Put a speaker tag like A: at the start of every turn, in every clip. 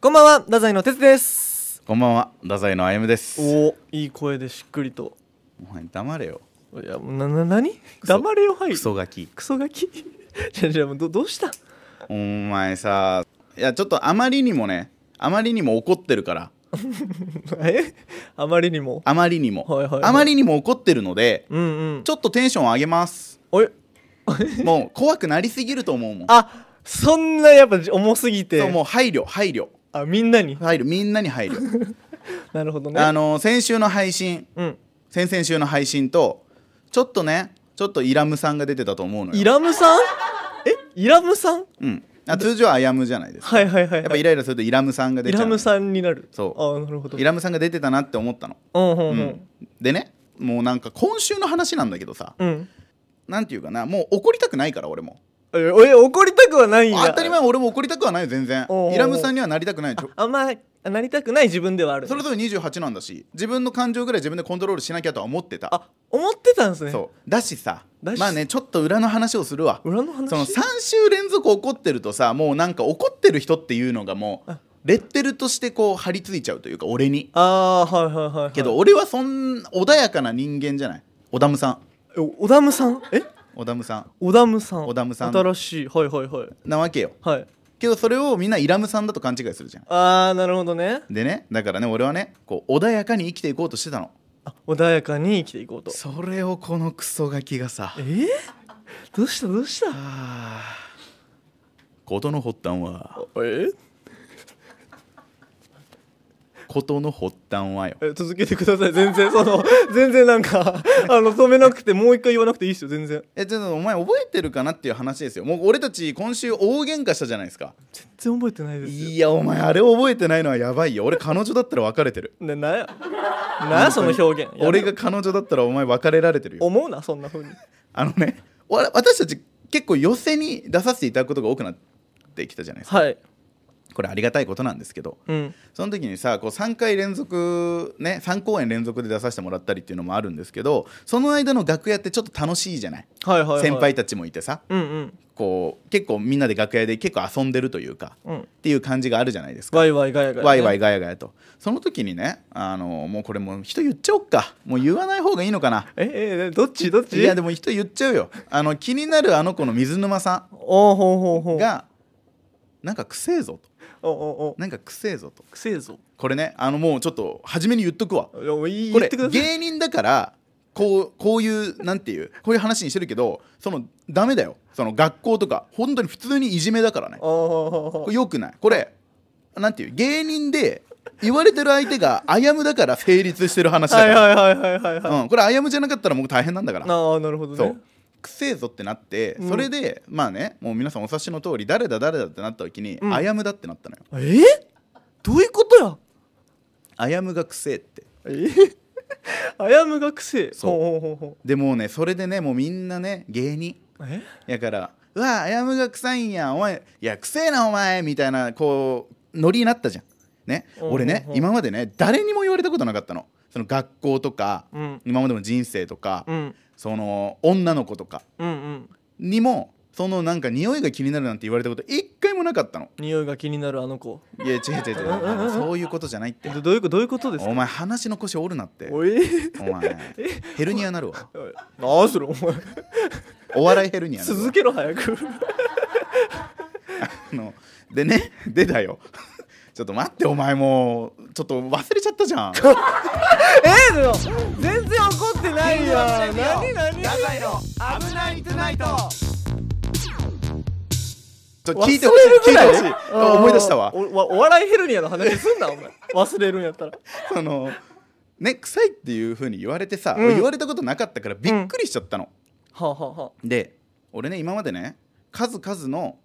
A: こんばんは、太宰の哲です。
B: こんばんは、太宰のあゆむです。お
A: お、いい声でしっくりと。
B: 前黙れよ。
A: いや、な、な、なに。
B: ソ
A: 黙れよ、はい。
B: クソガキ。
A: クソガ キ。じゃ、じゃ、もう、ど、どう した。
B: お前さ、いやちょっとあまりにもね、あまりにも怒ってるから、
A: え、あまりにも。
B: あまりにも、
A: はいはいはい
B: あまりにも怒ってるので、
A: うん、うん。
B: ちょっとテンション上 げます。
A: おい。
B: もう怖くなりすぎると思うもん。
A: あ、そんな、やっぱ、重すぎ
B: そう
A: て。
B: もう配慮、配慮、
A: あ、みんな に。
B: 配慮、みんなに 配慮。
A: なるほどね。
B: あの先週の配信、
A: うん。
B: 先々週の配信と、ちょっとね、ちょっとイラムさんが出てたと思うのよ。
A: イラムさん。え、イラムさん。
B: うん。あ通常はあやむじゃないですか。
A: はい、はい、はい。
B: やっぱイライラするとイラムさんが出
A: イ
B: ちゃうの
A: ラムさんになる。
B: そう
A: あ、なるほど。
B: イラムさんが出てたなって思ったの、
A: うん、う、
B: うん
A: うんん。
B: でねもうなんか今週の話なんだけどさ
A: うん。
B: なんていうかなもう怒りたくないから俺も
A: え、え怒りたくはないんや。
B: 当たり前俺も怒りたくはないよ全然
A: おうおうおう
B: イラムさんにはなりたくないちょ
A: あんまなりたくない自分ではある
B: それぞれ28なんだし自分の感情ぐらい自分でコントロールしなきゃとは思ってた
A: あ思ってたんですね
B: そうだしさ
A: だし
B: まあねちょっと裏の話をするわ
A: 裏の話
B: その3週連続怒ってるとさもうなんか怒ってる人っていうのがもう
A: あ
B: レッテルとしてこう張り付いちゃうというか俺に
A: あーはいはいはい、はい、
B: けど俺はそんな穏やかな人間じゃないオダムさん
A: おオダムさんえ
B: オダムさん
A: オダムさん
B: オダムさん
A: 新しいはいはいはい
B: なわけよ
A: はい
B: けどそれをみんなイラムさんだと勘違いするじゃん
A: ああなるほどね
B: でねだからね俺はねこう穏やかに生きていこうとしてたの
A: あ穏やかに生きていこうと
B: それをこのクソガキがさ
A: えー、どうしたどうした
B: 事の発端は
A: え
B: 事の発端はよ
A: え続けてください全然その 全然なんかあの止めなくてもう一回言わなくていいですよ全然
B: えちょっとお前覚えてるかなっていう話ですよもう俺たち今週大喧嘩したじゃないですか
A: 全然覚えてないですよ
B: いやお前あれ覚えてないのはやばいよ俺彼女だったら別れてる
A: ななんやなんやその表現やめろ
B: 俺が彼女だったらお前別れられてるよ
A: 思うなそんなふうに
B: あのねわ私たち結構寄せに出させていただくことが多くなってきたじゃないですか
A: はい
B: これありがたいことなんですけど
A: うん
B: その時にさこう3回連続ね3公演連続で出させてもらったりっていうのもあるんですけどその間の楽屋ってちょっと楽しいじゃない、
A: はいはい、はい、
B: 先輩たちもいてさ
A: うんうん
B: こう結構みんなで楽屋で結構遊んでるというか
A: うん
B: っていう感じがあるじゃないですか
A: ワイワイガヤガヤ、
B: ワイワイ
A: イ
B: ガヤガヤとその時にねあのもうこれもう人言っちゃおっかもう言わない方がいいのかな
A: えええどっちどっち
B: いやでも人言っちゃうよあの気になるあの子の水沼さ
A: おうほうほうほうん
B: がなんかくせえぞと
A: おうおうおう
B: なんかくせえぞと
A: くせえぞ
B: これねあのもうちょっと初めに言っとくわ
A: いやもういい
B: こ
A: 言っ
B: れ
A: てください
B: 芸人だからこうこういうなんていうこういう話にしてるけどそのダメだよその学校とか本当に普通にいじめだからね
A: おうおうおうお
B: こ
A: う
B: れよくないこれなんていう芸人で言われてる相手があやむだから成立してる話だ
A: は
B: か
A: い
B: ら、
A: はいはいはいはいは
B: うん、これあやむじゃなかったらもう大変なんだか
A: い
B: ら
A: なあなるほどね
B: そうくせえぞってなって
A: うん
B: それで、まあねもう皆さんお察しの通り誰だ誰だってなった時に、
A: うん
B: あやむだってなったのよ
A: えどういうことや
B: あやむがくせえって
A: えあやむがくせえ
B: そう
A: ほうほうほう
B: でもうねそれでねもうみんなね芸人
A: ほうえ
B: やから「うわあやむが臭いんやお前いや臭えなお前」みたいなこうノリになったじゃん。ね、
A: うん
B: 俺ね、
A: うん
B: 今までね誰にも言われたことなかったのその学校とか、
A: うん
B: 今までの人生とか、
A: うん
B: その女の子とか
A: うんうん
B: にもそのなんか匂いが気になるなんて言われたこと一回もなかったの
A: 匂いが気になるあの子
B: いや違う違う違う
A: うん うんうん
B: そういうことじゃないって
A: どどういうことどういうことです
B: お
A: か
B: 前話の腰折るなって
A: おい
B: お前ヘルニアなるわ
A: なあするお前
B: お笑いヘルニアなるわ
A: 続けろ早く
B: あのでねでだよ ちょっと待ってお前もうちょっと忘れちゃった じゃん
A: えでも全然怒ってないやん何何
B: 危ないトゥナイトちょ
A: 忘
B: 聞
A: れ
B: い
A: る
B: てほしい聞
A: ぐ
B: い
A: らい
B: てほしいあ思い出したわ
A: おわお笑いヘルニアの話すんなお前忘れるんやったら
B: そのね臭いっていう風に言われてさ、
A: うん
B: 言われたことなかったからびっくりしちゃったの、
A: はあ、はあは
B: で俺ね今までね数々の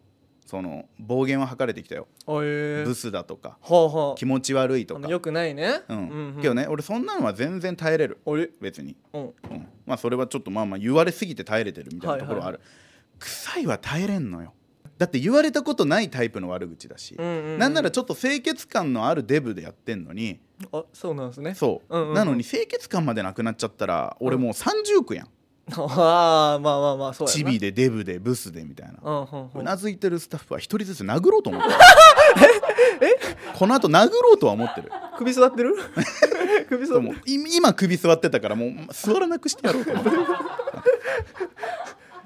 B: その暴言を吐かれてきたよ
A: あ、あえー
B: ブスだとか
A: はあはあ
B: 気持ち悪いと
A: あ
B: か
A: のよくないね
B: うん
A: うん
B: けどね俺そんなのは全然耐えれる
A: 俺
B: 別に
A: うん
B: うん、まあそれはちょっとまあまあ言われすぎて耐えれてるみたいなところはある、臭いは耐えれんのよだって言われたことないタイプの悪口だし、
A: うんうんうん
B: なんならちょっと清潔感のあるデブでやってんのに
A: あそうなんですね
B: そう,、
A: うんうんうん
B: なのに清潔感までなくなっちゃったら俺もう30区やん、
A: ああまあまあまあそうやな
B: チビでデブでブスでみたいな、
A: うんうんう
B: うん なずいてるスタッフは一人ずつ殴ろうと思ってこの後殴ろうとは思ってる
A: 首座 ってる首
B: そ
A: 座っ
B: う
A: て
B: もう
A: る
B: い今首座ってたからもう座らなくしてやろうと 思って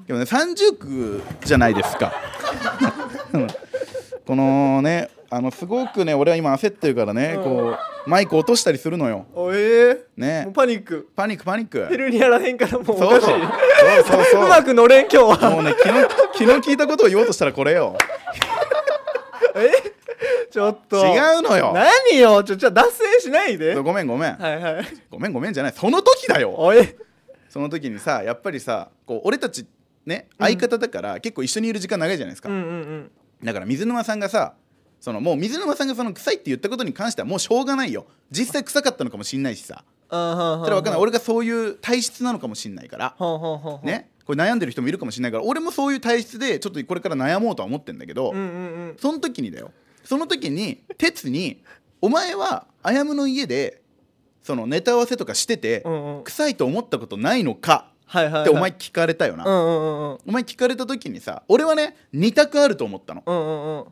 B: でもね30区じゃないですか このねあのすごくね俺は今焦ってるからね、
A: うん
B: こうマイク落としたりするのよ
A: おえー、も
B: ね
A: うパニック
B: パニックパニック
A: ヘルニアらへんからもうお
B: そう
A: かし
B: そう
A: い
B: そう
A: う
B: そう
A: まく乗れん今 日は
B: もうね昨日昨日聞いたことを言おうとしたらこれよ
A: ちょっと
B: 違うのよ
A: 何よちょじゃあ脱線しないで
B: ごめんごめん、
A: はいはい
B: ごめんごめんじゃないその時だよ
A: おえ
B: その時にさやっぱりさこう俺たちね相方だから、結構一緒にいる時間長いじゃないですか、
A: うんうん
B: だから水沼さんがさそのもう水沼さんがその臭いって言ったことに関してはもうしょうがないよ実際臭かったのかもしんないしさ
A: うんあ
B: それは分かんない
A: 俺
B: 俺がそういう体質なのかもしんないから
A: ほんほんほんほん
B: ねこれ悩んでる人もいるかもしんないから俺もそういう体質でちょっとこれから悩もうとは思ってんだけど、
A: うんうんうん
B: その時にだよその時に哲に「お前はあやむの家でそのネタ合わせとかしてて、
A: うんうん
B: 臭いと思ったことないのか?」
A: はいはいはい
B: ってお前聞かれたよな、
A: うんうんうんうん
B: お前聞かれた時にさ俺はね2択あると思ったの
A: うんうんうん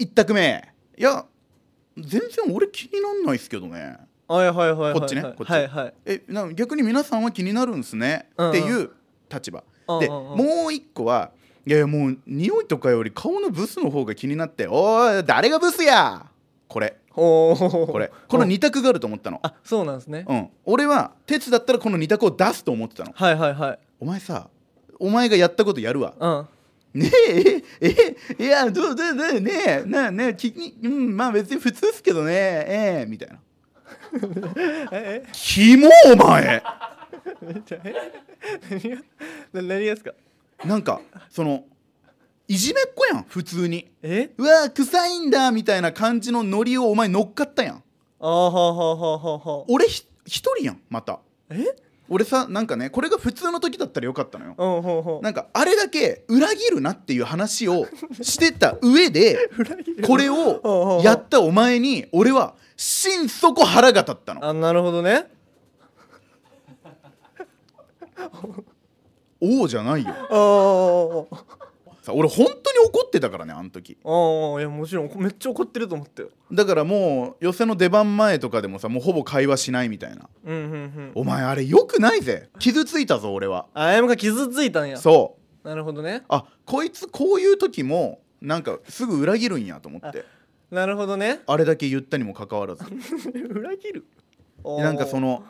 B: 1択目いや全然俺気になんないっすけどね
A: はいはいはいはいはい
B: こっちねこっち
A: はいはい
B: えな逆に皆さんは気になるんすね
A: うんうん
B: っていう立場
A: うんうん
B: で
A: うん
B: もう一個はいやいやもう匂いとかより顔のブスの方が気になっておー誰がブスやこれ
A: おお
B: これこの2択があると思ったの
A: あそうなんですね
B: うん俺は鉄だったらこの2択を出すと思ってたの
A: はいはいはい
B: お前さお前がやったことやるわ
A: うん
B: ねえええいやどうどうどうねえなあねえきうんまあ別に普通っすけどねええみたいな
A: え
B: キモお前
A: えじゃあえ何 がな何がですか
B: なんかそのいじめっ子やん普通に
A: え
B: うわ臭いんだみたいな感じのノリをお前乗っかったやん
A: あーはあはあはあはあはあ
B: 俺ひ一人やんまた
A: え
B: 俺さなんかねこれが普通の時だったらよかったのよ
A: うんほうほう
B: なんかあれだけ裏切るなっていう話をしてた上で
A: 裏切る
B: これをやったお前に俺は心底腹が立ったの
A: あなるほどね
B: 王じゃないよ
A: ああ
B: さ俺本当に怒ってたからねあの時
A: ああいやもちろんめっちゃ怒ってると思ったよ
B: だからもう寄せの出番前とかでもさもうほぼ会話しないみたいな
A: うんうんうん
B: お前あれよくないぜ傷ついたぞ俺は
A: あやむが傷ついたんや
B: そう
A: なるほどね
B: あこいつこういう時もなんかすぐ裏切るんやと思って
A: なるほどね
B: あれだけ言ったにもかかわらず
A: 裏切る
B: なんかその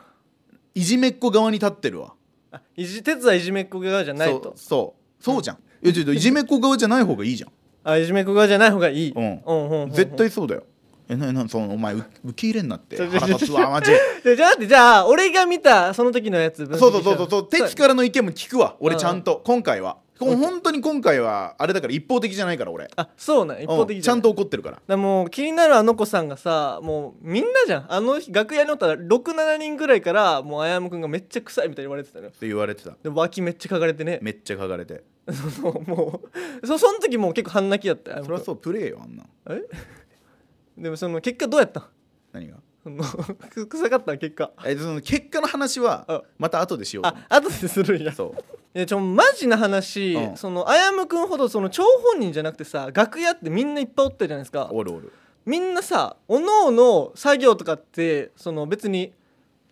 B: いじめっ子側に立ってるわ
A: あいじ鉄はいじめっ子側じゃない
B: そう
A: と
B: そうそうじゃんいやちょっといじめっ子側じゃない方がいいじゃん
A: あいじめっ子側じゃない方がいい
B: うん
A: うんうんうん
B: 絶対そうだよえななそのお前う受け入れんなって
A: ちょちょ
B: 腹立つわマジ
A: でじゃあ待ってじゃあ俺が見たその時のやつ分析
B: そうそうそうそうそう
A: した
B: 敵からの意見も聞くわ俺
A: うん
B: ちゃんと今回はこう本当に今回はあれだから一方的じゃないから俺
A: あそうなん一方的
B: うん
A: じ
B: ちゃ
A: ゃなんい
B: と怒ってるから
A: だからもう気になるあの子さんがさもうみんなじゃんあの日楽屋におったら67人ぐらいからもうあやむくんがめっちゃ臭いみたいに言われてたのよ
B: って言われてた
A: で脇めっちゃかがれてね
B: めっちゃ書かれて
A: そのもうそその時もう結構半泣きやったよあやむ
B: そ
A: く
B: り
A: ん
B: ゃそうプレーよあんな
A: えでもその結果どうやったん
B: 何が
A: そのく 臭かったん結果
B: えその結果の話
A: うん
B: はまた後でしようと思
A: あ後でするんや
B: うそう
A: いやちょマジな話、
B: うん
A: そのあやむくんほどその張本人じゃなくてさ楽屋ってみんないっぱいおったじゃないですか
B: おるおる
A: みんなさおのおの作業とかってその別に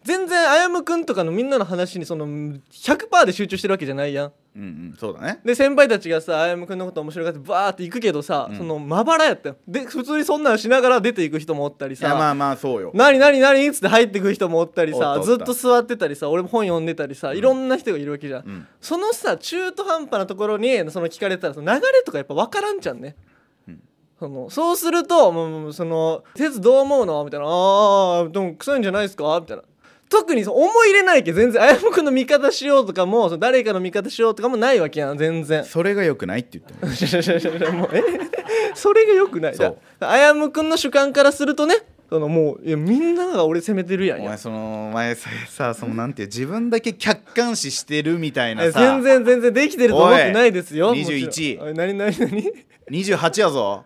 A: 全然あやむくんとかのみんなの話にその100%で集中してるわけじゃないやん
B: うんうんそうだね
A: で先輩たちがさあやむくんのこと面白がってバーって行くけどさ、
B: うん
A: そのまばらやったよで普通にそんなのしながら出ていく人もおったり
B: い
A: さ
B: やまあまあそうよ
A: 何何何っつって入ってくる人もおったり
B: おった
A: さ
B: おった
A: ずっと座ってたりさ俺も本読んでたりさいろんな人がいるわけじゃん、
B: うん
A: そのさ中途半端なところにその聞かれたらその流れとかやっぱ分からんじゃんね、
B: うん
A: そのそうするともうもうその「鉄どう思うの?」みたいな「ああでも臭いんじゃないですか?」みたいな特にその思い入れないけ全然あやむくんの味方しようとかもその誰かの味方しようとかもないわけやん全然
B: それがよくないって言っても
A: もうえそれがよくない
B: そ
A: だ
B: う
A: あやむくんの主観からするとねそのもういやみんなが俺責めてるやん
B: お
A: いや
B: 前そのお前ささそのなんていう自分だけ客観視してるみたいな
A: え
B: さ
A: 全然全然できてると思ってないですよ
B: おい21
A: もちろんおい何何何
B: 28やぞ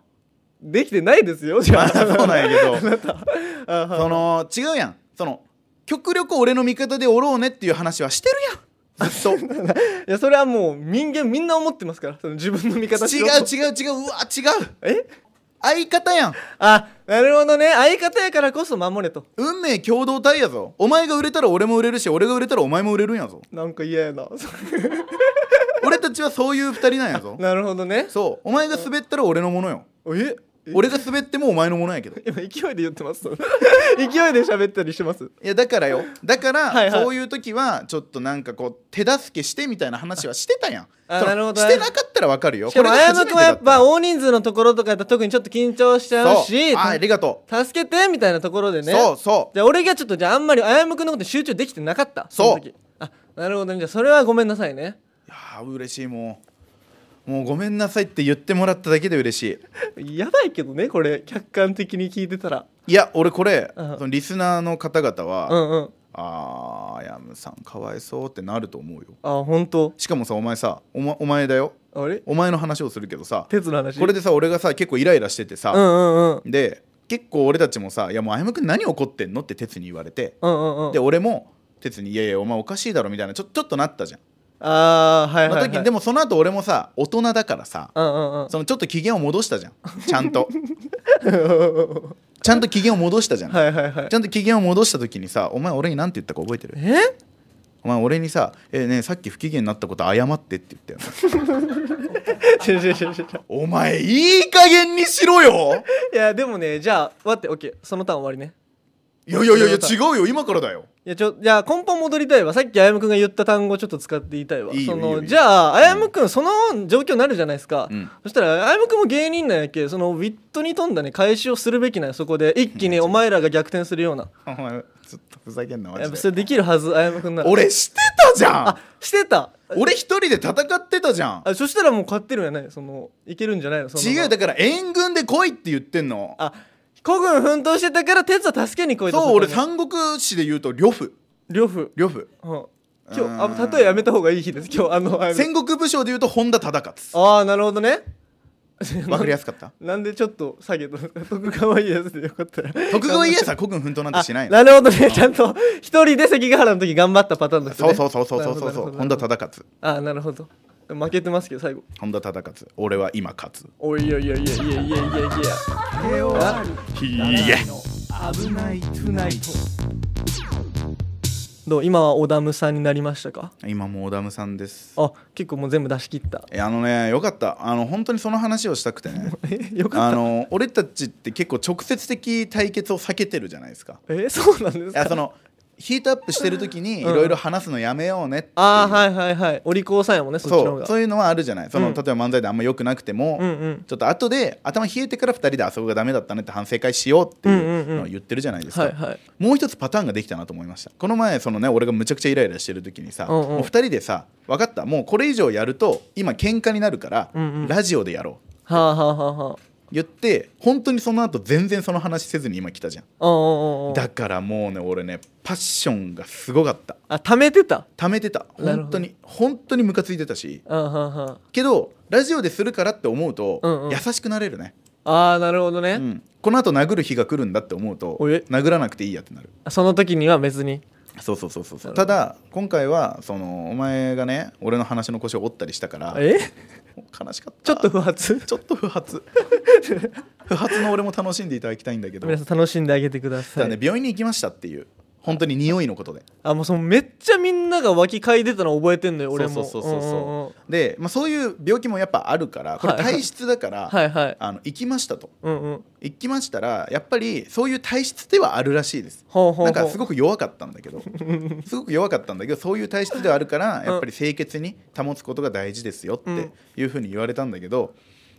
A: できてないですよじゃ
B: ま
A: あ
B: あそうなんや けど
A: あは
B: その違うやんその極力俺の味方でおろうねっていう話はしてるやんずっ と
A: いやそれはもう人間みんな思ってますからその自分の味方しようと
B: 違う違う違ううわ違う
A: え
B: 相方やん
A: あなるほどね相方やからこそ守れと
B: 運命共同体やぞお前が売れたら俺も売れるし俺が売れたらお前も売れるんやぞ
A: なんか嫌やな
B: 俺たちはそういう二人なん やぞ
A: なるほどね
B: そうお前が滑ったら俺のものよ
A: ええ
B: 俺が滑ってもお前のものやけど
A: 今勢いで言ってます 勢いで喋ったりしてます
B: いやだからよだ
A: は
B: か
A: い
B: ら
A: はい
B: そういう時はちょっとなんかこう手助けしてみたいな話はしてたやん
A: あ
B: その
A: なるほど
B: してなかったらわかるよ
A: しかも
B: これが
A: 綾
B: 初
A: 野
B: めて
A: くんはや
B: だ
A: ったぱ大人数のところとかやったら特にちょっと緊張しちゃう
B: そう
A: し
B: あありがと
A: た助けてみたいなところで
B: う、
A: ね
B: そうそう
A: じゃあ俺がちょっとじゃああんまりあやむくんのことに集中できてなかった
B: そ
A: の
B: う
A: 時あなるほどねじゃあそれはごめんなさいね
B: いやー嬉しいもうもうごめんなさいって言ってもらっただけで嬉しい
A: やばいけどねこれ客観的に聞いてたら
B: いや俺これ、
A: うん
B: そのリスナーの方々は、
A: うんうん
B: あーやむさんかわいそうってなると思うよ
A: あ本当
B: しかもさお前さお,、ま、お前だよ
A: あれ
B: お前の話をするけどさ
A: 鉄の話
B: これでさ俺がさ結構イライラしてて
A: うん
B: さ、
A: うんうん
B: で結構俺たちもさ「いやもうあやむくん何怒ってんの?」って哲に言われて、
A: うんうんうん
B: で俺も哲に「いやいやお前おかしいだろ」みたいなちょちょっとなったじゃん、
A: あーはいはい、
B: ま
A: は
B: あ
A: い、
B: 時にでもその後俺もさ大人だからさ
A: うんうんうん
B: そのちょっと機嫌を戻したじゃんちゃんと ちゃんと機嫌を戻したじゃん、
A: はいはいはい
B: ちゃんと機嫌を戻した時にさお前俺に何て言ったか覚えてる
A: え
B: お前俺にさ「えねえさっき不機嫌になったこと謝って」って言ったよね
A: 違う違う違う違う
B: お前いい加減にしろよ
A: いやでもねじゃあ待ってオッケーそのターン終わりね
B: いやいやいやいや違うよ今からだよ
A: いやちょじゃあ根本戻りたいわさっきあやむくんが言った単語ちょっと使っていたいわ
B: いいよ
A: そ
B: いいよいい
A: の
B: よ
A: じゃああやむくんその状況になるじゃないですか、
B: うん
A: そしたらあやむくんも芸人なんやけそのウィットに富んだね返しをするべきなんよそこで一気にお前らが逆転するような
B: お前ちょっとふざけんなマ
A: やっ
B: ジ
A: ぱ
B: で
A: それできるはずあやむくんなら
B: 俺してたじ
A: あ
B: ゃん
A: してた
B: 俺一人で戦ってたじゃん
A: あそしたらもう勝ってるんやねそのいけるんじゃないのその
B: 違うだから援軍で来いって言ってんの
A: あ孤軍奮闘してたから鉄は助けに来いと
B: そう俺
A: こに
B: 三国志で言うと呂布
A: 呂布
B: 呂布
A: うん今
B: うーん
A: 日あ例えやめた方がいい日です今日あのあやむ
B: 戦国武将で言うと本田忠勝
A: ああなるほどね
B: わかりやすかった
A: なんでちょっと下げたの徳川家康でよかったら
B: 徳川家康は孤軍奮闘なんてしないの
A: あなるほどねちゃんと一人で関ヶ原の時頑張ったパターンです
B: そ
A: ね
B: うそうそうそうそうそうそう
A: な
B: 本
A: るほどなるほど
B: 田忠勝
A: あなるほど負けてますけど最後
B: 本田忠勝俺は今勝つ
A: おいおいおいおいおいおいおいおいおいおいあ
B: いや
A: 危ないトゥナイトどう今はオダムさんになりましたか
B: 今もうオダムさんです
A: あ結構もう全部出し切った
B: えあのねよかったあの本当にその話をしたくてね
A: えよか
B: あ
A: った
B: の俺たちって結構直接的対決を避けてるじゃないですか
A: えそうなんです
B: いやそ
A: か
B: のヒートアップしてる時にい
A: うん
B: ろいろ話すのやめようねっていう
A: ああはいはいはいお利口さんやもんねそっちの
B: そ
A: 方が
B: うそういうのはあるじゃないその、
A: うん
B: 例えば漫才であんま良くなくても、
A: うんうん
B: ちょっと後で頭冷えてから2人で遊ぶがダメだったねって反省会しようってい
A: ん
B: う
A: うんうん
B: のを言ってるじゃないですか、
A: はいはい
B: もう一つパターンができたなと思いましたこの前そのね俺がむちゃくちゃイライラしてる時にさ、
A: うんうん
B: もう2人でさ分かったもうこれ以上やると今喧嘩になるから、
A: うんうん
B: ラジオでやろう
A: はあはあはあはあ
B: 言って本当にその後全然その話せずに今来たじゃん
A: うんうんうんうん
B: だからもうね俺ねパッションがすごかった
A: あ貯めてた
B: 溜めてた
A: なるほど
B: 本当に本当にムカついてたし
A: うんうんうん
B: けどラジオでするからって思うと、
A: うんうん
B: 優しくなれるね、
A: ああなるほどね、
B: うんこの後殴る日が来るんだって思うと
A: おえ
B: 殴らなくていいやってなる
A: その時には別に
B: そうそうそうそう
A: なる
B: そう
A: ほ
B: た
A: ど
B: だ今回はそのお前がね俺の話の腰を折ったりしたから
A: え
B: 悲しかった
A: ちょっと不発
B: ちょっと 不発不発の俺も楽しんでいただきたいんだけど
A: 皆さん楽しんであげてくだ
B: た
A: さ
B: だ
A: い、
B: ね病院に行きましたっていう本当に匂いのことで
A: あもうそのめっちゃみんなが脇かいでたの覚えてんのよ俺も
B: そうそうそうそ
A: う
B: う
A: んうんうん
B: そうで、まあ、そういう病気もやっぱあるからこれ
A: はいはい
B: 体質だから、
A: はいはい
B: あの行きましたと
A: うんうん
B: 行きましたらやっぱりそういう体質ではあるらしいです
A: ほうほうほう
B: なんかすごく弱かったんだけ どすごく弱かったんだけどそういう体質ではあるからやっぱり清潔に保つことが大事ですよっ
A: うん
B: ていうふうに言われたんだけど、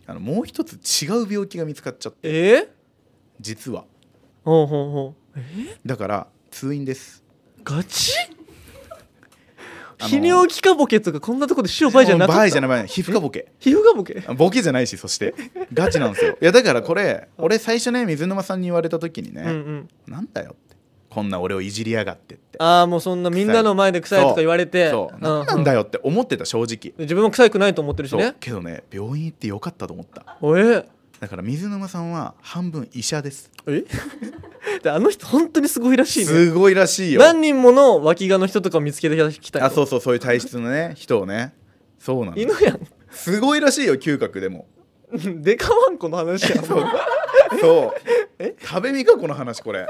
B: あのもう一つ違う病気が見つかっちゃって
A: えー
B: 実は
A: ほうほうほう
B: だから通院です
A: ガチ
B: あの
A: 泌尿器科ボケとかこんなとこで塩倍じゃなか
B: バ
A: っ
B: イじゃ
A: た
B: ないバイじゃない皮膚科ボケ
A: 皮膚科ボケ
B: ボケじゃないしそしてガチなんですよいやだからこれ俺最初ね水沼さんに言われた時にね、
A: うんうん
B: なんだよってこんな俺をいじりやがってって
A: ああもうそんなみんなの前で臭いとか言われて
B: そう
A: う
B: なんなんだ
A: よ
B: よって思ってた正直
A: 自分も臭くないと思ってるし
B: そう、
A: ね
B: けどね病院行ってよかったと思った
A: おえ
B: だから水沼さんは半分医者です
A: え であの人本当にすごいらしいね
B: すごいらしいよ
A: 何人もの脇がの人とかを見つけてきたよ
B: あそうそうそういう体質のね人をねそうなの
A: 犬やん
B: すごいらしいよ嗅覚でも
A: デカワンコの話やん
B: そうそう食べみかこの話これ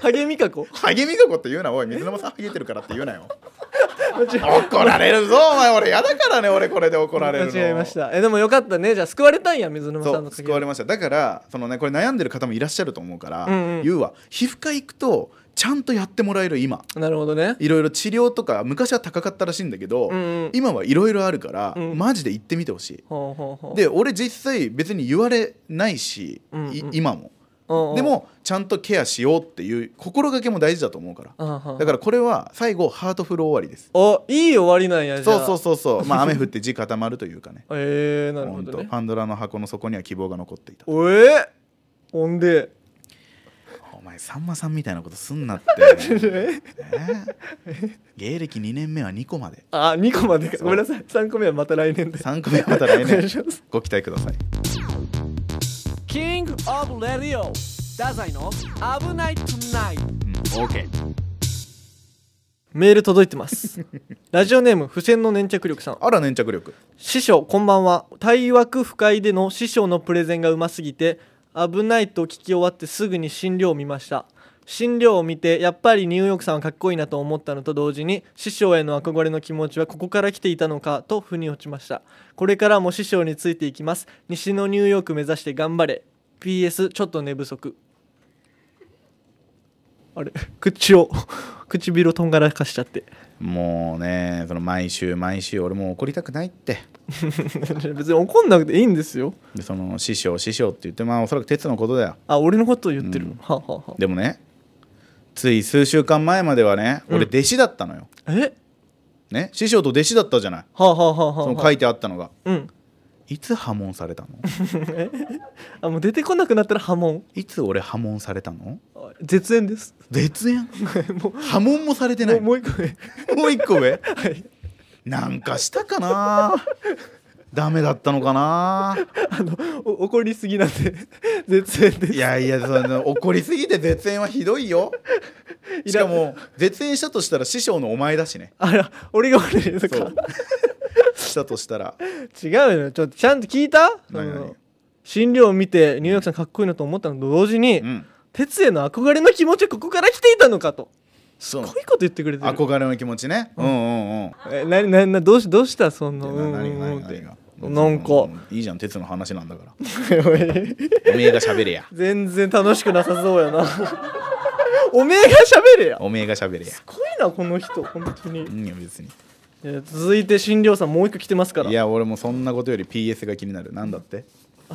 A: ハゲミカコ
B: ハゲみかこって言うなおい水沼さんハゲてるからって言うなよ怒られるぞお前俺嫌だからね俺これで怒られるの
A: 間違えましたえでもよかったねじゃあ救われたんや水沼
B: そ
A: さんの
B: う救われ
A: ま
B: ましただからそのねこれ悩んでる方もいらっしゃると思うから、
A: うんうん
B: 言うわ皮膚科行くとちゃんとやってもらえる今
A: なるほどね
B: いろいろ治療とか昔は高かったらしいんだけど、
A: うんうん
B: 今はいろいろあるから、
A: うん
B: マジで行ってみてほしい、
A: ほうほうほう
B: で俺実際別に言われないし、
A: うんうん
B: い今も、
A: うんうん
B: でもちゃんとケアしようっていう心がけも大事だと思うから、
A: あはは
B: だからこれは最後ハートフル終わりです
A: あいい終わりなんやじゃ
B: そ
A: あ
B: うそうそうそうまあ雨降って地固まるというかね
A: えー、 なるほ
B: 本
A: ど
B: 当
A: ね
B: パンドラの箱の底には希望が残って いた
A: おえほんで
B: お前さんまさんみたいなことすんなって ねえ芸歴2年目は2個まで
A: あ二2個までか
B: そう
A: ごめんなさい3個目はまた来年で
B: 3個目はまた来
A: お願いし
B: 年
A: ます
B: ご期待ください
A: キングオブレディオダザイの危ないトゥナイト
B: OK
A: メール届いてますラジオネーム付箋の粘着力さん
B: あら粘着力
A: 師匠こんばんは対枠不快での師匠のプレゼンがうますぎて危ないと聞き終わってすぐに診療を見ました診療を見てやっぱりニューヨークさんはかっこいいなと思ったのと同時に師匠への憧れの気持ちはここから来ていたのかと腑に落ちましたこれからも師匠についていきます西のニューヨーク目指して頑張れ PS ちょっと寝不足あれ 口を唇をとんがらかしちゃって
B: もうねその毎週毎週俺もう怒りたくないって
A: 別に怒んなくていいんですよ
B: でその師匠師匠って言ってまあおそらく哲のことだよ
A: あ俺のことを言ってる、
B: うん
A: はあはあはあ
B: でもねつい数週間前まではね
A: うん
B: 俺弟子だったのよ、
A: え
B: ね師匠と弟子だったじゃない
A: はあはあはあはあ
B: その
A: は
B: 書
A: あ
B: いてあったのが
A: うん
B: いつ破門されたの
A: あもう出てこなくなったら波紋
B: いつ俺破門されたの
A: あ絶縁です
B: 絶縁
A: もう
B: 破門もされてな
A: もう
B: い
A: も
B: も
A: う一個ね
B: う一個上
A: はい
B: なんかしたかなダメだったのかな
A: あのお怒りすぎなんで 絶縁です
B: いやいやその怒りすぎて絶縁はひどいよしかも絶縁したとしたら師匠のお前だしね
A: あら俺が悪いの
B: そ
A: か
B: うしたとしたら
A: 違うよちょっとちゃんと聞いたそ
B: 何
A: の
B: 何
A: 診療を見てニューヨークさんかっこいいなと思ったのと同時に、
B: うん
A: 鉄への憧れの気持ちはここから来ていたのかと
B: そう
A: こういうこと言ってくれてる
B: 憧れの気持ちねうんうんうん
A: えなななどうしどうしたそんなうん
B: な何が
A: うんうん
B: 何
A: っ
B: が
A: て
B: 何が
A: なんか
B: ういいじゃん鉄の話なんだからおめえが喋れや
A: 全然楽しくなさそうやな おめえが喋れや
B: おめえが喋れや
A: すごいなこの人本当に
B: いいよ別に
A: いや続いて診療さんもう一個来てますから
B: いや俺もそんなことより PS が気になるなんだって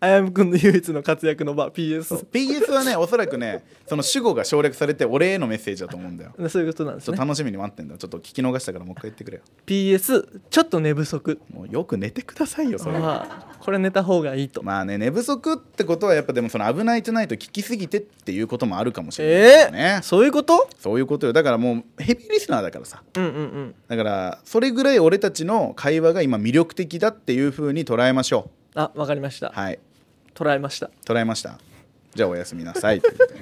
A: あやむくんの唯一の活躍の場 PS そ
B: PS はねおそらくねその主語が省略されて俺へのメッセージだと思うんだよ
A: ういうことなんで
B: ち
A: す
B: ょっ
A: ね
B: と楽しみに待ってんだちょっと聞き逃したからもう一回言ってくれよ
A: PS ちょっと寝不足
B: もうよく寝てくださいよそれは
A: まあこれ寝た方がいいと
B: まあね寝不足ってことはやっぱでもその「危ないトゥナイト」聞きすぎてっていうこともあるかもしれない
A: え
B: よね、
A: えそういうこと
B: そういうことよだからもうヘビーリスナーだからさ
A: うんうんうん
B: だからそれぐらい俺たちの会話が今魅力的だっていう風に捉えましょ
A: あわかりました
B: うはい
A: 捉えました
B: 捉えましたじゃあおやすみ なさいということでね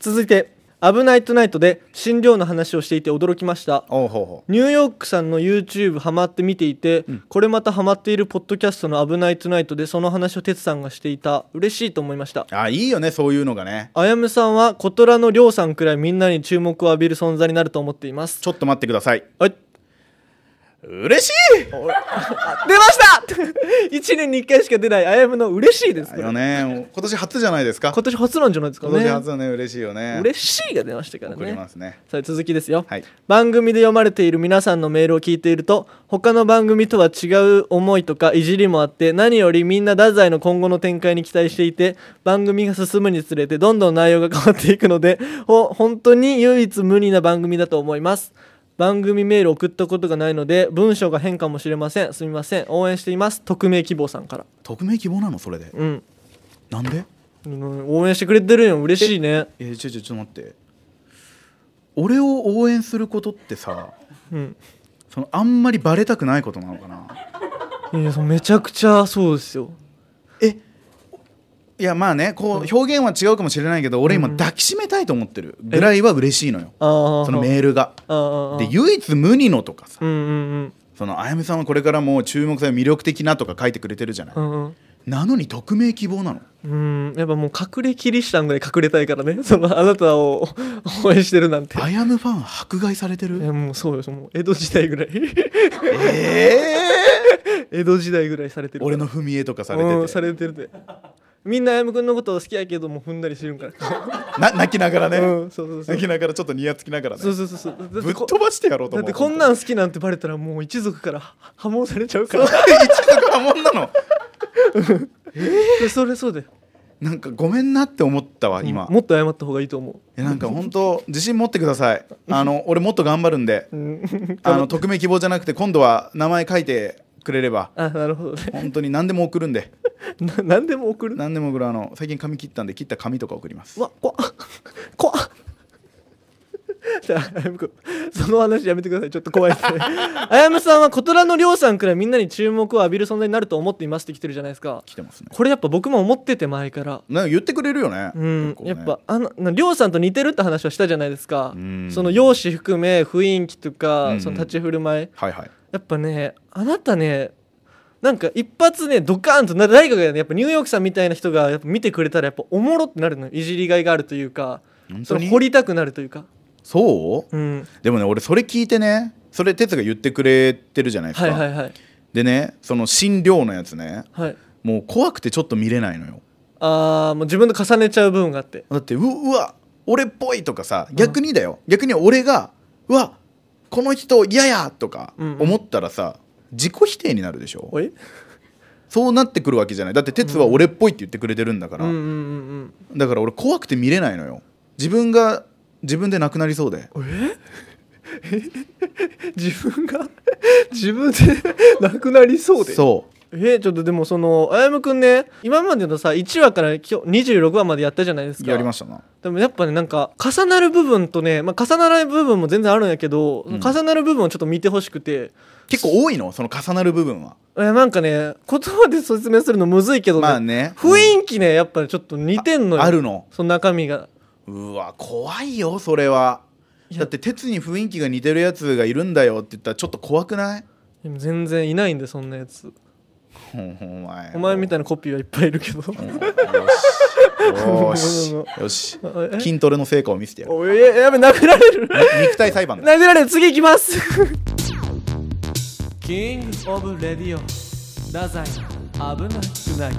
A: 続いて「危ないトゥナイト」で診療の話をしていて驚きました
B: おうほうほ
A: ニューヨークさんの YouTube ハマって見ていて、これまたハマっているポッドキャストの「危ないトゥナイト」でその話を哲さんがしていた嬉しいと思いました
B: うあいいよねそういうのがね
A: あやむさんは小虎のりょうさんくらいみんなに注目を浴びる存在になると思っています
B: ちょっと待ってください
A: はい
B: 嬉しい
A: あ出ました1 年に1回しか出ないあやむの嬉しいです
B: だ
A: これ
B: よね今年初じゃないですか
A: 今年初なんじゃないですか
B: 今
A: ね
B: 年初だね嬉しいよね
A: 嬉しいが出ましたから
B: 送り
A: ね
B: ますね
A: さあ続きですよ、
B: はい
A: 番組で読まれている皆さんのメールを聞いていると他の番組とは違う思いとかいじりもあって何よりみんな太宰の今後の展開に期待していて番組が進むにつれてどんどん内容が変わっていくのでほ本当に唯一無二な番組だと思います番組メールを送ったことがないので文章が変かもしれませんすみません応援しています匿名希望さんから
B: 匿名希望なのそれで
A: うん、
B: なんで
A: うん応援してくれてるよ嬉しいね
B: えー、ちょちょちょっと待って俺を応援することってさ
A: うん
B: そのあんまりバレたくないことなのかない
A: やそうめちゃくちゃそうですよ
B: えいやまあねこう表現は違うかもしれないけど俺今抱きしめたいと思ってるぐらいは嬉しいのよ
A: ああ
B: そのメールが
A: ああああ
B: で唯一無二のとかさ
A: うんうん
B: そのあやめさんはこれからも注目され魅力的なとか書いてくれてるじゃない
A: うんうんうん
B: なのに匿名希望なの
A: うんやっぱもう隠れキリシタンぐらい隠れたいからね そのあなたを応援してるなんて
B: アイアムファン迫害されて
A: い
B: る
A: やもうそうよその江戸時代ぐらい
B: え
A: 江戸時代ぐらいされてる
B: 俺の踏み絵とかされ
A: うん
B: て
A: さ
B: て
A: れてるでみんなあやむくんのこと好きやけども踏んだりしてるんから
B: な泣きながらね、
A: うんそうそうそう
B: 泣きながらちょっとニヤつきながらね
A: そうそうそうそうだっ
B: ぶ
A: て
B: っ
A: こ
B: 飛ばしてやろう
A: だ
B: と思
A: っ
B: う
A: てこんなん好きなんてバレたらもう一族から 破門されちゃう から
B: 本当に一族破門なの
A: でそれそうだよ
B: なんかごめんなって思ったわ今、
A: もっと謝った方がいいと思う
B: えなんか本当自信持ってくださいあの俺もっと頑張るんで
A: うん
B: あの匿名希望じゃなくて今度は名前書いてくれれば
A: あなるほどね
B: 本当に何でも送るんで
A: な 何でも送る
B: 何でも送るあの最近髪切ったんで切った髪とか送ります
A: うわ 怖っ怖っじゃああやむくんその話やめてくださいちょっと怖いです ねあやむさんは小虎のりょうさんくらいみんなに注目を浴びる存在になると思っていますって来てるじゃないですか
B: 来てますね
A: これやっぱ僕も思ってて前から
B: なんか言ってくれるよね,、
A: うん
B: 結構ね
A: やっぱあのなりょうさんと似てるって話はしたじゃないですか
B: うん
A: その容姿含め雰囲気と
B: う
A: か
B: ん
A: その立ち振る舞い
B: はいはい
A: やっぱねあなたねなんか一発ねドカーンとな誰かがねやっぱニューヨークさんみたいな人がやっぱ見てくれたらやっぱおもろってなるのよいじりがいがあるというか
B: 本
A: そ
B: 当
A: の
B: に
A: 掘りたくなるというか
B: そう
A: うん
B: でもね俺それ聞いてねそれ哲が言ってくれてるじゃないです
A: は
B: か、
A: いはいはい
B: でねその診療のやつね
A: はい
B: もう怖くてちょっと見れないのよ
A: あーもう自分と重ねちゃう部分があって
B: だってううわ俺っぽいとかさ逆にだよ、逆に俺がうわこの人嫌やとか
A: うんうん
B: 思ったらさ、自己否定になるでしょ
A: おい
B: そうなってくるわけじゃないだって哲は俺っぽいって言ってくれてるんだか
A: う
B: ら、
A: んうんうん
B: だから俺怖くて見れないのよ自分が自分でなくなりそうで
A: うんえ自分が 自分で なくなりそうで
B: そう
A: えちょっとでもそのあやむくんね今までのさ1話から今日26話までやったじゃないですか
B: やりましたな
A: でもやっぱねなんか重なる部分とね、まあ、重ならない部分も全然あるんやけど、
B: うん
A: 重なる部分をちょっと見てほしくて
B: 結構多いのその重なる部分は
A: えなんかね言葉で説明するのむずいけどね,、
B: まあね
A: 雰囲気ねやっぱちょっと似てんのよ
B: ああるの
A: その中身が
B: うわ怖いよそれはい
A: や
B: だって鉄に雰囲気が似てるやつがいるんだよって言ったらちょっと怖くない
A: でも全然いないんでそんなやつ
B: ほんほんお前
A: お前みた
B: い
A: いなコピーはいっぱいいるけど
B: よしよし よし
A: あえ
B: 筋トレの成果を見せてや る
A: おいややべ殴られる
B: 肉体裁判だ
A: 殴られる次行きます キングオブレディオ太宰危なくない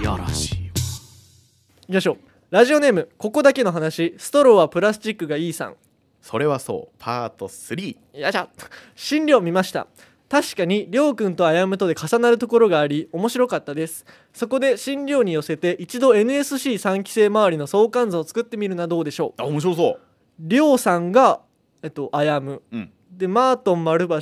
B: いやらしい
A: いきましょうラジオネームここだけの話ストローはプラスチックがいいさん
B: それはそうパート3
A: よいしょ診療見ました確かにりょうくんとあやむとで重なるところがあり面白かったですそこで診療に寄せて一度 NSC3 期生周りの相関図を作ってみるなどうでしょう
B: あ面白そう
A: りょうさんがえっとあやむ
B: うん
A: でマートン丸橋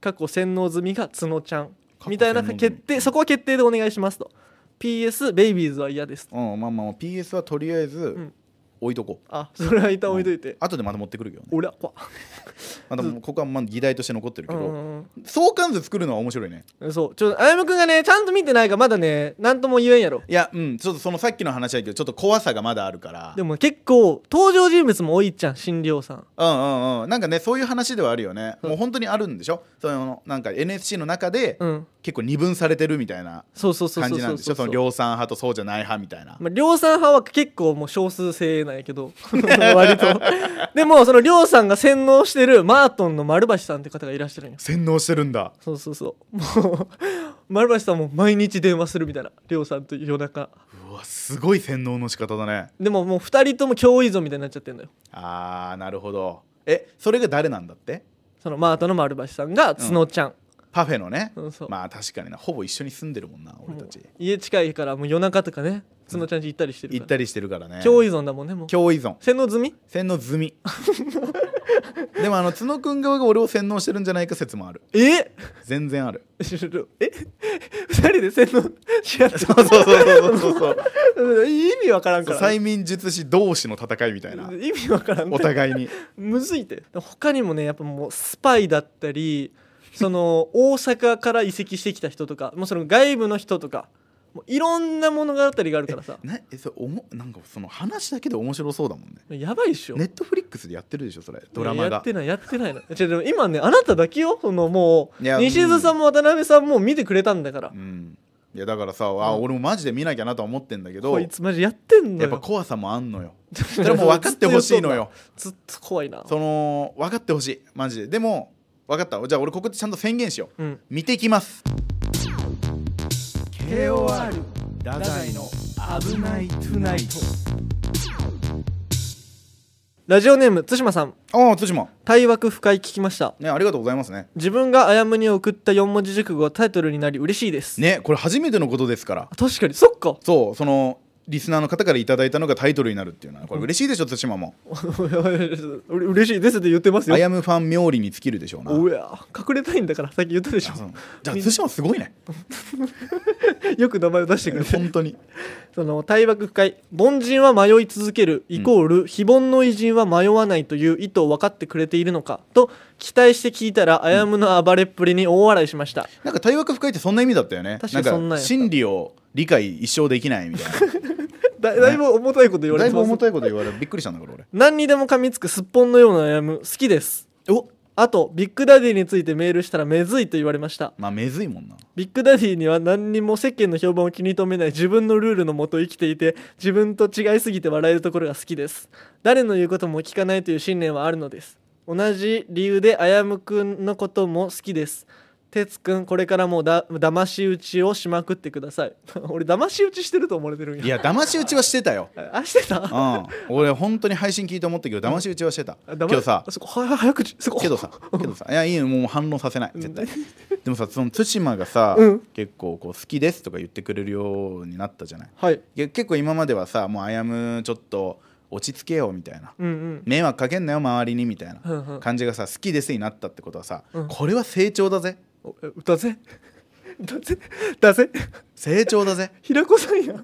A: 過去洗脳済みが角ちゃんみたいな
B: 過去洗脳済み
A: 決定そこは決定でお願いしますと PS ベイビーズは嫌です
B: うんまあまあまあ PS はとりあえず
A: ん
B: 置いとこう
A: あそれは一旦置いといて、
B: 後でまた持ってくるけどね
A: 俺は怖っ
B: まだここはまあ議題として残ってるけ
A: う
B: ど
A: ん
B: 相関図作るのは面白いね
A: そうちょっとあやむくんがねちゃんと見てないからまだね何とも言えんやろ
B: いやうんちょっとそのさっきの話だけどちょっと怖さがまだあるから
A: でも結構登場人物も多いじゃん新寮さん
B: うんうんうんなんかねそういう話ではあるよねもう本当にあるんでしょそのなんか NSC の中で
A: うん
B: 結構二分されてるみたいな
A: そうそうそう
B: 感
A: そう
B: じな
A: そ
B: ん
A: う
B: でしょ
A: そ
B: そ
A: う
B: の量産派とそうじゃない派みたいな
A: まあ、量産派は結構もう少数精鋭なんやけど 割とでもその量さんが洗脳してるマートンの丸橋さんって方がいらっしゃるんよ
B: 洗脳してるんだ
A: そうそうそうもう丸橋さんも毎日電話するみたいな量さんと夜中
B: うわすごい洗脳の仕方だね
A: でももう2人とも共依存みたいになっちゃってんだよ
B: あーなるほどえそれが誰なんだって
A: そのマートンの丸橋さんが角ちゃん、
B: パフェのね
A: そうそう
B: まあ確かになほぼ一緒に住んでるもんな俺たち
A: 家近いからもう夜中とかね角ちゃんち行ったりしてるから
B: 行ったりしてるからね
A: 共依存だもんねもう
B: 共依存
A: 洗脳済み
B: 洗脳済 みでもあの角くん側が俺を洗脳してるんじゃないか説もある
A: え
B: 全然ある
A: え二人で洗脳し合って
B: そうそうそうそうそう そう
A: 意味わからんから
B: 催眠術師同士の戦いみたいな
A: 意味わからん
B: お互いに
A: むずいって他にもねやっぱもうスパイだったりそ の大阪から移籍してきた人とかもうその外部の人とかもういろんな物語があるからさ
B: なえそれおもなんかその話だけで面白そうだもんね
A: やばいっしょ
B: ネットフリックスでやってるでしょそれドラマ
A: いやや
B: が
A: ってないやってないの違うでも今ねあなただけよそのもう
B: いや
A: 西津さんも渡辺さんも見てくれたんだから
B: うんいやだからさ、あ俺もマジで見なきゃなとは思ってんだけど
A: こい
B: や
A: つマジやってんの
B: っぱ
A: よ
B: 怖さもあんのよそれも分かってほしいのよ
A: ずっと怖いな
B: その分かってほしいマジででも分かったじゃあ俺ここでちゃんと宣言しよう
A: うん
B: 見てきます
A: KOR
B: ダ
A: ダイの
B: 危ないトゥナイト
A: ラジオネーム対馬さん
B: ああ対馬
A: 対枠不快聞きました
B: ねありがとうございますね
A: 自分があやむに送った4文字熟語がタイトルになり嬉しいです、
B: ねこれ初めてのことですから
A: あ確かにそっか
B: そうそのリスナーの方からいただいたのがタイトルになるっていうのはこれ嬉しいでしょ対馬も
A: 俺嬉しいですって言ってますよ
B: あやむファン冥利に尽きるでしょうな
A: おや隠れたいんだからさっき言ったでし
B: あそう
A: ょ
B: じゃあ対馬す ごいね
A: よく名前を出してくれて
B: 本当に
A: その対枠不快凡人は迷い続けるイコール、非凡の偉人は迷わないという意図を分かってくれているのかと期待して聞いたらあやむの暴れっぷりに大笑いしました、
B: なんか対話深いってそんな意味だったよね
A: 確かにそんなんやった
B: か心理を理解一生できないみたい
A: だだいぶ重たい こと言わ
B: なだ
A: れ
B: い
A: て
B: ぶ
A: ます
B: 重たいこと言われるびっくりしたんだから俺
A: 何にでも噛みつくすっぽんのようなあやむ好きです
B: お
A: あとビッグダディについてメールしたらめずいと言われました
B: まあめずいもんな
A: ビッグダディには何にも世間の評判を気に留めない自分のルールのもと生きていて自分と違いすぎて笑えるところが好きです誰の言うことも聞かないという信念はあるのです同じ理由であやむくんのことも好きですてつくんこれからもだ騙し討ちをしまくってください 俺騙し討ちしてると思われてるんや
B: いや騙し討ちはしてたよ
A: あしてた
B: うん俺本当に配信聞いて思ったけど騙し討ちはしてた
A: あ
B: 今
A: 騙
B: 日さ
A: あそこはは早口そこ
B: けどさけどさいやいいよもう反論させない絶対でもさその対馬がさ、
A: うん
B: 結構こう好きですとか言ってくれるようになったじゃない
A: はい
B: いや結構今まではさもうあやむちょっと落ち着けようみたいな
A: うんうん
B: 迷惑かけんなよ周りにみたいな
A: うんうん
B: 感じがさ好きですになったってことはさ、
A: うん
B: これは成長だぜ
A: おえだ ぜだ ぜだぜ
B: 成長だぜ
A: 平子さんや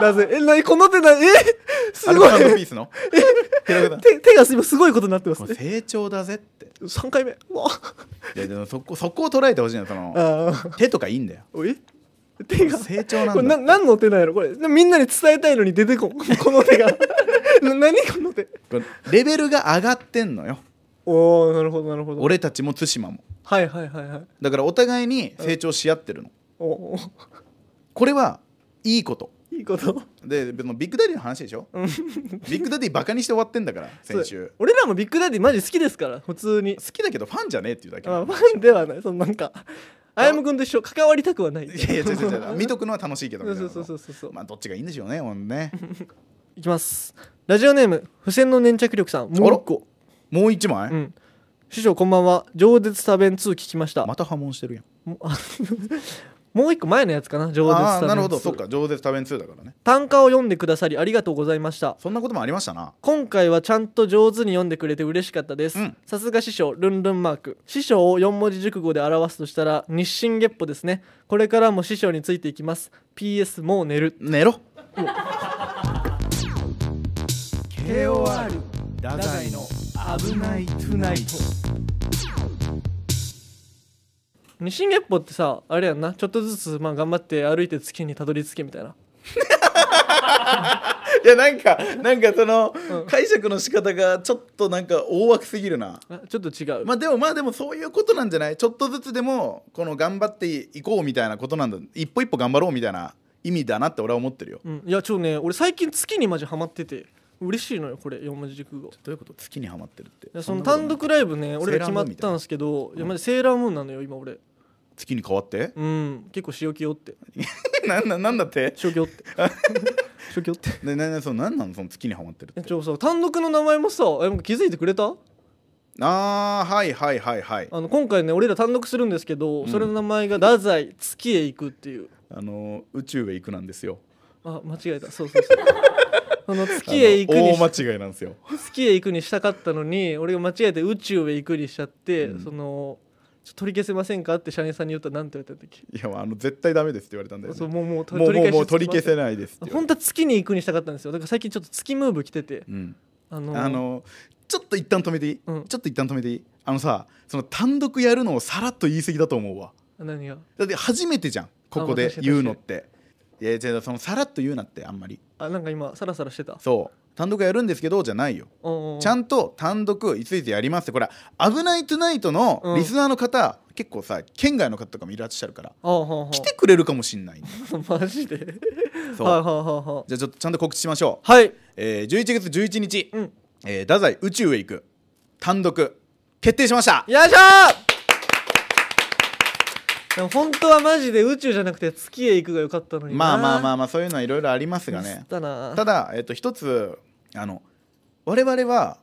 A: だぜえなにこの手なえ すご
B: アルコピー
A: い
B: スの 広げた
A: 手手が今すごいことになってます
B: こ
A: ね
B: れ成長だぜって
A: 3回目うわ
B: いやでもそこそこを捉えてほしいのその
A: あー
B: 手とかいいんだよ
A: おえ手が
B: 成長なんだ
A: これな何の手なんやろこれなみんなに伝えたいのに出てこん この手がな何この手
B: これレベルが上がってんのよ
A: おおなるほどなるほど
B: 俺たちも対馬も
A: はいはいはいはい
B: だからお互いに成長し合ってるの
A: おお
B: これはいいこと
A: いいこと
B: で別のビッグダディの話でしょビッグダディバカにして終わってんだから先
A: そう
B: 週
A: 俺らもビッグダディマジ好きですから普通に
B: 好きだけどファンじゃねえっていうだけ
A: まあファンではないそのなんかあやむくんと一緒関わりたくはない
B: いやいや違う違う違う見とくのは楽しいけど
A: そう
B: みたい
A: そう
B: な
A: そうそうそうそう
B: まあどっちがいいんでしょうねもうね
A: いきますラジオネーム付箋の粘着力さんもう一個
B: もう一枚、
A: うん師匠こんばんは饒舌多弁2聞きました
B: また破門してるやん
A: もあ もう一個前のやつかな饒舌
B: あ
A: 多
B: あ
A: 弁2
B: なるほどそっか饒舌多弁2だからね
A: 単価を読んでくださりありがとうございました
B: そんなこともありましたな
A: 今回はちゃんと上手に読んでくれて嬉しかったです
B: うん
A: さすが師匠ルンルンマーク師匠を4文字熟語で表すとしたら日進月歩ですねこれからも師匠についていきます PS もう寝る
B: 寝ろ
A: KOR
B: ダ
A: ダイの
B: 危ないトゥ ナイト
A: 日進月歩ってさあれやんなちょっとずつまあ頑張って歩いて月にたどり着けみたいない
B: やなんかなんかその、解釈の仕方がちょっとなんか大枠すぎるな
A: あちょっと違う、
B: まあでもまあでもそういうことなんじゃないちょっとずつでもこの頑張っていこうみたいなことなんだ一歩一歩頑張ろうみたいな意味だなって俺は思ってるよ
A: うん、いやちょっとね俺最近月にマジハマってて嬉しいのよこれ4文字熟語い
B: どういうこと月にはまってるって
A: やその
B: んなこと
A: 単独ライブね俺ら決
B: セー
A: まっ
B: ラームーンみたいな
A: たんですけどいやマジセーラームーンなのよ今俺
B: 月に変わっ て
A: うん結構塩気よって
B: なんなんなんだって
A: 塩気よって 塩気よって
B: ねねねそのなんなのその月にはまってるっ
A: え
B: て
A: ちょさ単独の名前もさえもう気づいてくれた
B: あーはいはいはいはい
A: あの今回ね俺ら単独するんですけど、
B: ん
A: それの名前が太宰月へ行くっていう
B: あのー宇宙へ行くなんですよ
A: あ間違えたそうそう そうその月へ行くに
B: あ
A: し
B: の大間違いなんですよ
A: 月へ行くにしたかったのに俺が間違えて宇宙へ行くにしちゃって、そのちょっと取り消せませんかって社員さんに言ったらなんて言われたんだっけ、
B: いやあの絶対ダメですって言われたんだよ、
A: そう
B: ね、
A: もうもうと
B: もうもうもう
A: 取
B: 取
A: り
B: り
A: 消
B: 消
A: し
B: せないですって言わ
A: 本
B: れ
A: 当は月に行くにしたかったんですよだから最近ちょっと月ムーブ来てて
B: た、うん
A: あの
B: あのちょっと一旦止めていい、
A: うん
B: ちょっと一旦止めていいあのさその単独やるのをさらっと言い過ぎだと思うわ
A: 何が
B: だって初めてじゃんここ
A: あ
B: で
A: 確かに
B: 言うのっていや違うそのさらっと言うなってあんまり
A: あなんか今サラサラしてた
B: そう単独やるんですけどじゃないよちゃ
A: ん
B: んと単独いついつやりますってこれ「危ないトゥナイト」のリスナーの方、結構さ県外の方とかもいらっしゃるから
A: と
B: 来てくれるかもしんない、ね、
A: マジで
B: そう
A: はいはいはいはい
B: じゃあちょっとちゃんと告知しましょう、
A: はい
B: えー、11月11日、
A: うん
B: えー太宰宇宙へ行く単独決定しました
A: よいしょーでも本当はマジで宇宙じゃなくて月へ行くが良かったのに
B: まあまあま
A: あ
B: あまあそういうのはいろいろありますが
A: だ
B: ね
A: たな
B: ただ、えっと一つあの我々は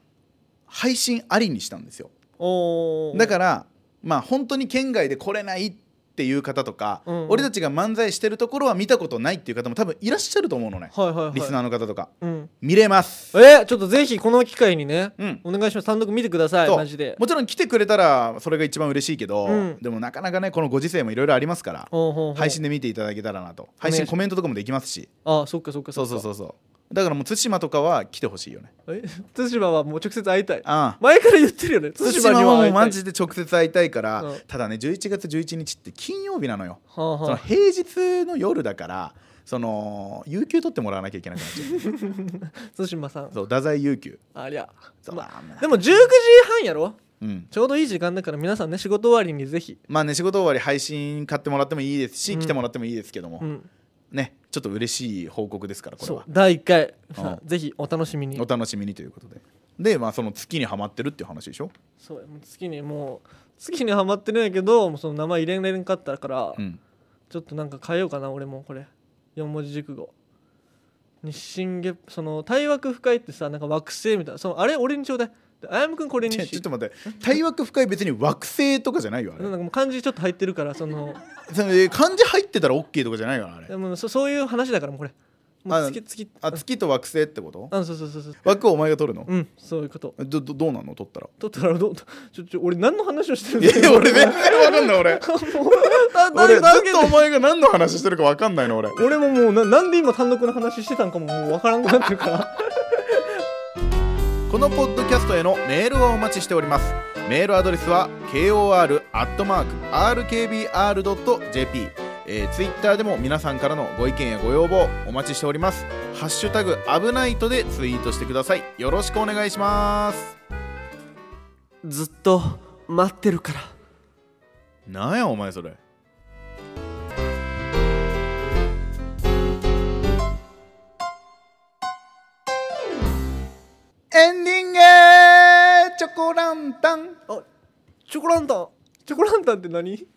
B: 配信ありにしたんですよ
A: おー
B: だからまあ本当に県外で来れないっていう方とか、
A: うんうん
B: 俺たちが漫才してるところは見たことないっていう方も多分いらっしゃると思うのね、
A: はいはいはい
B: リスナーの方とか
A: うん
B: 見れます
A: えちょっとぜひこの機会にね、
B: うん
A: お願いします単独見てください
B: そう
A: マジで
B: もちろん来てくれたらそれが一番嬉しいけど、
A: うん
B: でもなかなかねこのご時世もいろいろありますから
A: ほうほうほう
B: 配信で見ていただけたらなと
A: 願
B: 配
A: いします
B: 信コメントとかもできますし
A: あそっかそっか
B: そうそう
A: う
B: そうそうだからもう対馬とかは来てほしいよね
A: え対馬はもう直接会いたい
B: ああ
A: 前から言ってるよね対
B: 対
A: 馬
B: 馬
A: に
B: は
A: は
B: も
A: 会いうたい
B: マジで直接会いたいから、
A: うん
B: ただね11月11日って金曜日なのよ
A: はあ
B: その
A: は
B: 平日の夜だからその有給取ってもらわなきゃいけなくなっ ちゃう
A: あ対馬さん
B: そう太宰有給
A: ありゃ
B: そう
A: ま
B: まあ
A: でも19時半やろ
B: うん
A: ちょうどいい時間だから皆さんね仕事終わりにぜひ
B: まあね仕事終わり配信買ってもらってもいいですし、
A: うん
B: 来てもらってもいいですけども、
A: うん
B: ねちょっと嬉しい報告ですからこれ
A: そう
B: は
A: 第1回
B: うん
A: ぜひお楽しみに
B: お楽しみにということででまあその月にはまってるっていう話でしょ、
A: そうもう月にもう月にはまってるんやけどもうその名前入れんれんかったから
B: うん、
A: ちょっとなんか変えようかな俺もこれ4文字熟語日進月その対枠深いってさなんか惑星みたいなそのあれ俺にちょうだいであやむくんこれに
B: ちょ
A: し
B: ちょっと待って対枠深い別に惑星とかじゃないよあ
A: なん
B: れ
A: かもう漢字ちょっと入ってるからそ の
B: そのえー漢字入ってたら OK とかじゃないよあれ
A: でもそそういう話だからもうこれもう
B: あ
A: 月月
B: あ月と惑星ってこと
A: あそうそうそうそう
B: 枠をお前が取るの、
A: うんそういうこと
B: どどどうなんの取ったら
A: とったらどうちょちょ俺何の話をしてるん
B: い
A: ですか
B: や俺全然わかんない俺
A: もうなな
B: 俺ずっ
A: なんで
B: とお前が何の話してるか分かんないの俺
A: 俺ももうななんで今単独の話してたんかももう分からんくなってるから
B: このポッドキャストへのメールをお待ちしておりますメールアドレスは kor.rkbr.jp えー、ツイッターでも皆さんからのご意見やご要望お待ちしておりますハッシュタグ危ないとでツイートしてくださいよろしくお願いします
A: ずっと待ってるから
B: なんやお前それエンディングチョコランタン
A: あチョコランタンチョコランタンって何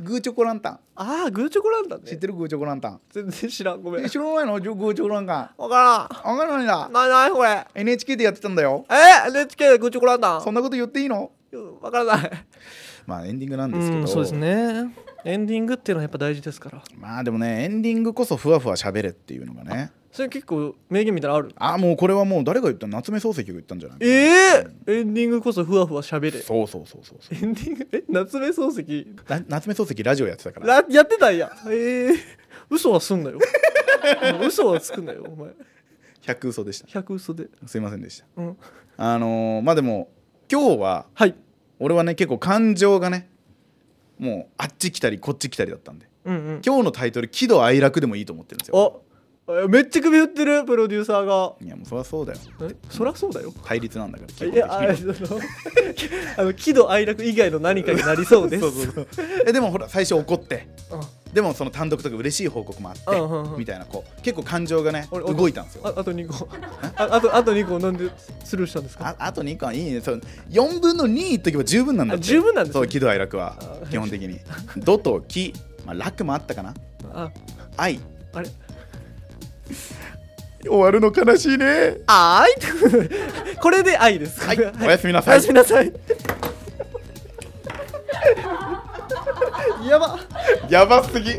B: グーチョコランタン
A: ああグーチョコランタン
B: 知っ
A: ね
B: てるグーチョコランタン
A: 全然知らんごめん
B: え知らないのグーチョコランタ
A: 分か
B: ンわからない
A: ら
B: なん
A: ななにこれ
B: NHK でやってたんだよ
A: え NHK でグーチョコランタン
B: そんなこと言っていいの
A: 分からない
B: まあエンディングな
A: う
B: んですけど
A: んそうですねエンディングっていうのはやっぱ大事ですから
B: まあでもねエンディングこそふわふわ喋れっていうのがね
A: それ結構名言みたいなのある
B: あもうこれはもう誰が言ったの夏目漱石が言ったんじゃない
A: ええエンディングこそふわふわしゃべれ
B: そうそうそうそうそう
A: エンディングえ夏目漱石
B: な夏目漱石ラジオやってたから
A: らやってたんやええ嘘はすんなようん嘘はつくなよお前
B: 100嘘でした
A: 100嘘です
B: いませんでした
A: うん
B: あのーまあでも今日は
A: はい
B: 俺はね結構感情がねもうあっち来たりこっち来たりだったんで
A: うんうん
B: 今日のタイトル「喜怒哀楽」でもいいと思ってるんですよ
A: あえめっちゃ首振ってるプロデューサーが
B: いやもうそりゃそうだよ
A: えそりゃそうだよ
B: 対立なんだから基本
A: い
B: 的に
A: やあ
B: は
A: あのあの喜怒哀楽以外の何かになりそうです
B: そうそうそうえでもほら最初怒って
A: うん
B: でもその単独とか嬉しい報告もあって
A: うんうんうん
B: みたいなこう結構感情がね
A: 俺俺
B: 動いたんですよ
A: ああと2個ああとあと2個なんでスルーしたんですか
B: ああと2個はいいねそう4分の2いっとけば十分なんだって
A: あ十分なんですね
B: そう喜怒哀楽は
A: あ
B: 基本的に「ど」と「き」まあ「楽」もあったかな
A: あ
B: 「愛
A: あれ」
B: 終わるの悲しいね
A: あーい これで愛です
B: はい
A: これ
B: おやすみなさ
A: お
B: い
A: やすみなさ いやば
B: やばすぎ